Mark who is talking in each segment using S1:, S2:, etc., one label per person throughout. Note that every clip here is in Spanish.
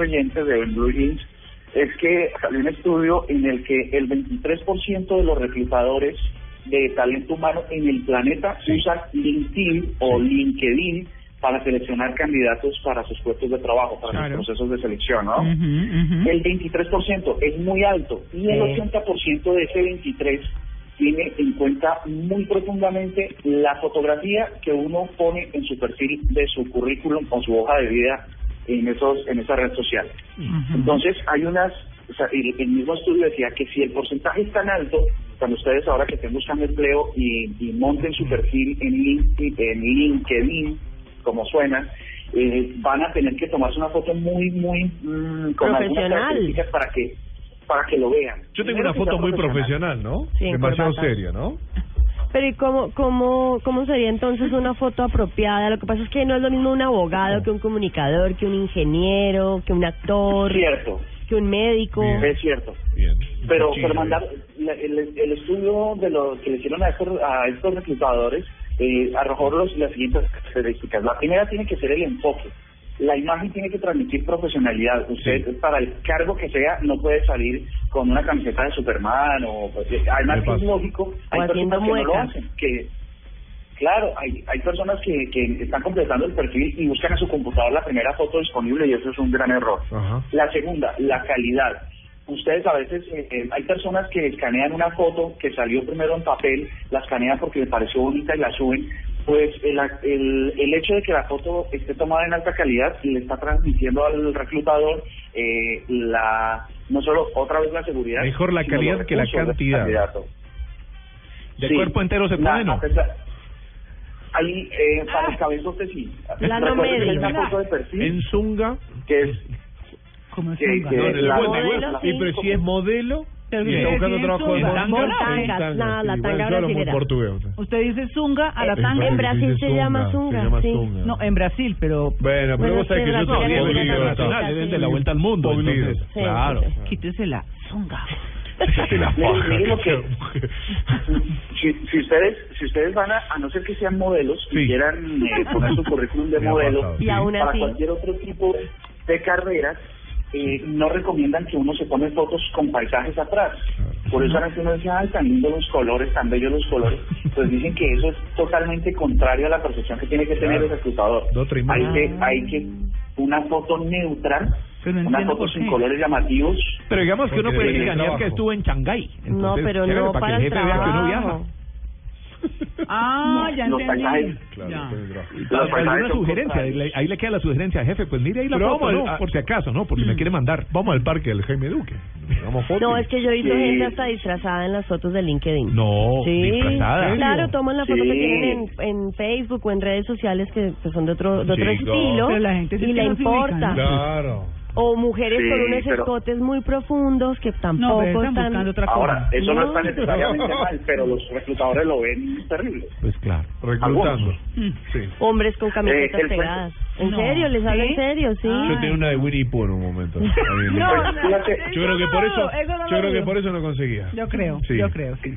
S1: oyentes de Blue Jeans es que salió un estudio en el que el 23% de los reclutadores de talento humano en el planeta usan LinkedIn o LinkedIn para seleccionar candidatos para sus puestos de trabajo, para
S2: Claro.
S1: sus procesos de selección, ¿no?
S2: Ujú, ujú.
S1: El 23% es muy alto y el
S2: Sí.
S1: 80% de ese 23 tiene en cuenta muy profundamente la fotografía que uno pone en su perfil de su currículum o su hoja de vida en esos en esa red social.
S2: Ujú.
S1: Entonces, hay unas, o sea, el, el mismo estudio decía que si el porcentaje es tan alto, cuando ustedes ahora que estén buscando empleo y, y monten su perfil en LinkedIn, en LinkedIn como suena, eh, van a tener que tomarse una foto muy, muy mm, con algunas
S3: Profesional.
S1: características para que para que lo vean.
S4: Yo tengo
S1: Primero
S4: una
S1: que sea
S4: foto muy profesional, ¿no?
S3: Sí, en
S4: Demasiado
S3: corbata.
S4: seria, ¿no?
S3: Pero ¿y cómo, cómo, cómo sería entonces una foto apropiada? Lo que pasa es que no es lo mismo un abogado que un comunicador, que un ingeniero, que un actor,
S1: Cierto,
S3: que un médico.
S4: Bien.
S1: es cierto.
S4: Bien.
S1: pero
S4: Sí,
S1: pero mandar la- el, el estudio de lo que le hicieron a estos, a estos reclutadores eh, arrojó los- las siguientes características. La primera tiene que ser el enfoque. La imagen tiene que transmitir profesionalidad. Usted,
S4: Sí.
S1: para el cargo que sea, no puede salir con una camiseta de Superman o... pues, eh, además,
S4: Me
S1: es
S4: pasa.
S1: lógico, hay
S3: O haciendo
S1: personas que no lo
S3: muecas.
S1: hacen, que... Claro, hay, hay personas que, que están completando el perfil y buscan a su computador la primera foto disponible y eso es un gran error.
S4: Ajá.
S1: La segunda, la calidad. Ustedes a veces, eh, eh, hay personas que escanean una foto que salió primero en papel, la escanean porque les pareció bonita y la suben. Pues el, ac- el, el hecho de que la foto esté tomada en alta calidad le está transmitiendo al reclutador eh, la no solo otra vez la seguridad.
S4: Mejor la
S1: sino los
S4: calidad que la
S1: recursos del
S4: cantidad.
S1: candidato.
S4: ¿De
S1: Sí.
S4: cuerpo entero se
S1: La-
S4: puede, no?
S1: a pesar- Ahí, eh, para el cabezote sí.
S3: Plano
S1: Recuerden que hay
S3: medio.
S1: una foto de perfil
S4: En zunga.
S1: que es
S2: ¿Cómo es
S1: que-
S2: un
S1: que-
S4: No,
S2: valor?
S4: en el buen
S3: modelo,
S4: negocio.
S3: sí.
S4: Y pero si es modelo. Y
S2: Pero
S4: está
S2: sí,
S4: buscando
S2: sí,
S4: trabajo
S2: en
S4: en
S2: zunga.
S4: Zanga,
S2: Tangas,
S4: en Tangas,
S3: nada, la
S4: sí.
S3: tanga
S4: Bueno, yo hablo muy
S3: brasilera.
S4: portugués.
S2: Usted dice zunga a la
S3: En
S2: tanga.
S4: Eso
S3: Brasil
S4: dice
S3: se llama zunga,
S4: se llama
S3: sí.
S4: zunga.
S2: No, en Brasil, pero
S4: Bueno, pero
S3: Bueno,
S4: vos sabés
S3: es
S4: que
S3: que
S4: yo soy
S3: brasileño
S4: bien
S3: es
S4: internacional,
S3: internacional,
S4: eres
S3: sí.
S4: de la vuelta al mundo,
S3: Oblido.
S4: entonces,
S3: Sí,
S4: claro.
S3: sí, sí.
S2: quítese la zunga.
S4: Te la
S1: Miren,
S4: faja,
S1: miren lo que-
S4: mujer.
S1: si, si ustedes si ustedes van a a no ser que sean modelos
S4: Sí.
S1: y quieran eh, poner su currículum de
S4: Me ha
S1: modelo
S4: pasado, Y sí.
S3: aún
S1: para
S3: así.
S1: cualquier otro tipo de carreras eh, no recomiendan que uno se tome fotos con paisajes atrás
S4: Claro.
S1: por eso ahora que uno dice ay tan lindos los colores tan bellos los colores pues dicen que eso es totalmente contrario a la percepción que tiene que tener
S4: Claro.
S1: el reclutador
S4: De otra
S1: hay
S4: imagen.
S1: que hay que una foto neutra
S2: Pero
S1: una
S2: no entiendo
S1: foto
S2: por
S1: sin
S2: qué.
S1: colores llamativos
S5: Pero digamos que uno
S4: Porque
S5: puede
S4: tiene
S5: engañar
S4: trabajo.
S5: que estuvo en Shanghái.
S3: no,
S5: Entonces,
S3: pero
S5: chévere,
S3: no
S5: para
S3: para
S5: que el
S3: el
S5: jefe vea que uno viaja.
S3: trabajo.
S2: Ah, ya
S1: los
S2: entendí.
S1: paisajes
S4: Claro,
S2: Ya.
S4: tiene trabajo.
S1: los
S5: Alguna
S1: paisajes son
S5: sugerencia,
S1: contrarios.
S5: ahí le- ahí le queda la sugerencia, jefe, pues mire ahí la
S4: Pero
S5: foto,
S4: vamos,
S5: ¿no?
S4: a-
S5: por si acaso, ¿no? Porque me quiere mandar.
S4: Vamos al parque del Jaime Duque. Vamos fotos.
S3: No, es que yo he visto
S1: Sí.
S3: gente hasta disfrazada en las fotos de LinkedIn.
S5: No,
S3: Sí,
S5: disfrazada.
S3: claro, toman la foto que
S1: Sí.
S3: tienen en, en Facebook o en redes sociales que pues, son de otro, de otro
S4: Chicos.
S3: estilo
S2: Pero la gente sí
S3: y
S2: que
S3: le
S2: no se ubica,
S3: importa.
S2: ¿no?
S4: Claro.
S3: O mujeres
S1: Sí,
S3: con unos
S1: pero-
S3: escotes muy profundos que
S2: No,
S3: tampoco
S2: pero están
S3: están...
S2: buscando otra cosa.
S1: Ahora, eh, eso no,
S3: No.
S1: está necesariamente mal, pero los reclutadores lo ven terrible.
S5: Pues claro.
S4: Reclutando.
S1: Algunos.
S2: Mm.
S4: Sí.
S3: Hombres con
S1: Eh,
S3: camisetas
S1: el-
S3: pegadas. ¿En
S2: No.
S3: serio? ¿Les hablo
S2: ¿Sí?
S3: en serio? Sí.
S2: Ah.
S4: Yo tenía una de Winnie Pooh en un momento. Ahí en
S2: No,
S4: el-
S1: Pues, fíjate,
S4: yo creo que por eso, yo creo que por eso no conseguía.
S2: Yo creo,
S4: Sí.
S2: yo creo. sí.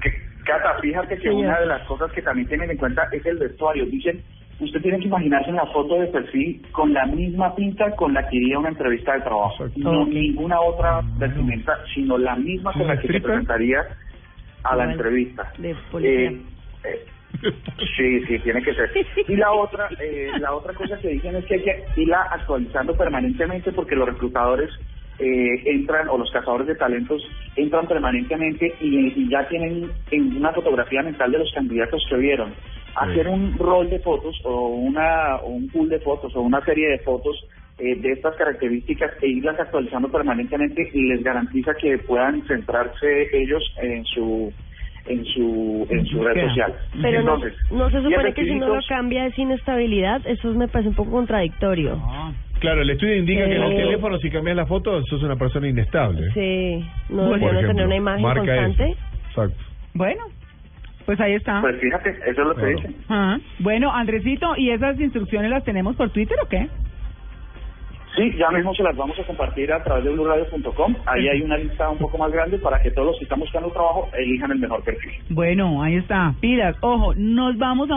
S1: Cata, fíjate que
S3: Señor.
S1: una de las cosas que también tienen en cuenta es el vestuario. Dicen, usted tiene que imaginarse en la foto de perfil con la misma pinta con la que iría a una entrevista de trabajo.
S4: Exacto.
S1: No
S3: Ok.
S1: ninguna otra vestimenta, sino la misma con
S4: ¿Una
S1: la que se
S4: stripper?
S1: presentaría a la
S3: Bueno,
S1: entrevista.
S3: de policía.
S1: Eh, eh, Sí, sí, tiene que ser. Y la otra, eh, la otra cosa que dicen es que hay que irla actualizando permanentemente porque los reclutadores eh, entran, o los cazadores de talentos entran permanentemente y, y ya tienen en una fotografía mental de los candidatos que vieron. Hacer un rol de fotos o, una, o un pool de fotos o una serie de fotos eh, de estas características e irlas actualizando permanentemente y les garantiza que puedan centrarse ellos en su en su en su red
S2: Búsqueda.
S1: social.
S3: Pero no,
S1: Entonces,
S3: no se
S1: y
S3: supone que si no lo
S1: efectivos-
S3: cambia es inestabilidad. Eso me parece un poco contradictorio.
S2: Ah.
S4: Claro, el estudio indica que en el
S3: Eh.
S4: teléfono si cambias la foto sos una persona inestable.
S3: Sí, no
S4: Por
S3: debería uno
S4: ejemplo,
S3: tener una imagen
S4: marca
S3: constante.
S4: eso. Exacto.
S2: Bueno, pues ahí
S3: ¿Ah?
S2: está.
S1: Pues fíjate, eso es lo que
S4: Claro.
S1: dicen.
S2: Ah, Bueno, Andresito, ¿y esas instrucciones las tenemos por Twitter o qué?
S1: Sí, ya mismo se las vamos a compartir a través de blurradio.com. Ahí hay una lista un poco más grande para que todos los que están buscando trabajo elijan el mejor perfil.
S2: Bueno, ahí está. Pilas, ojo, nos vamos a...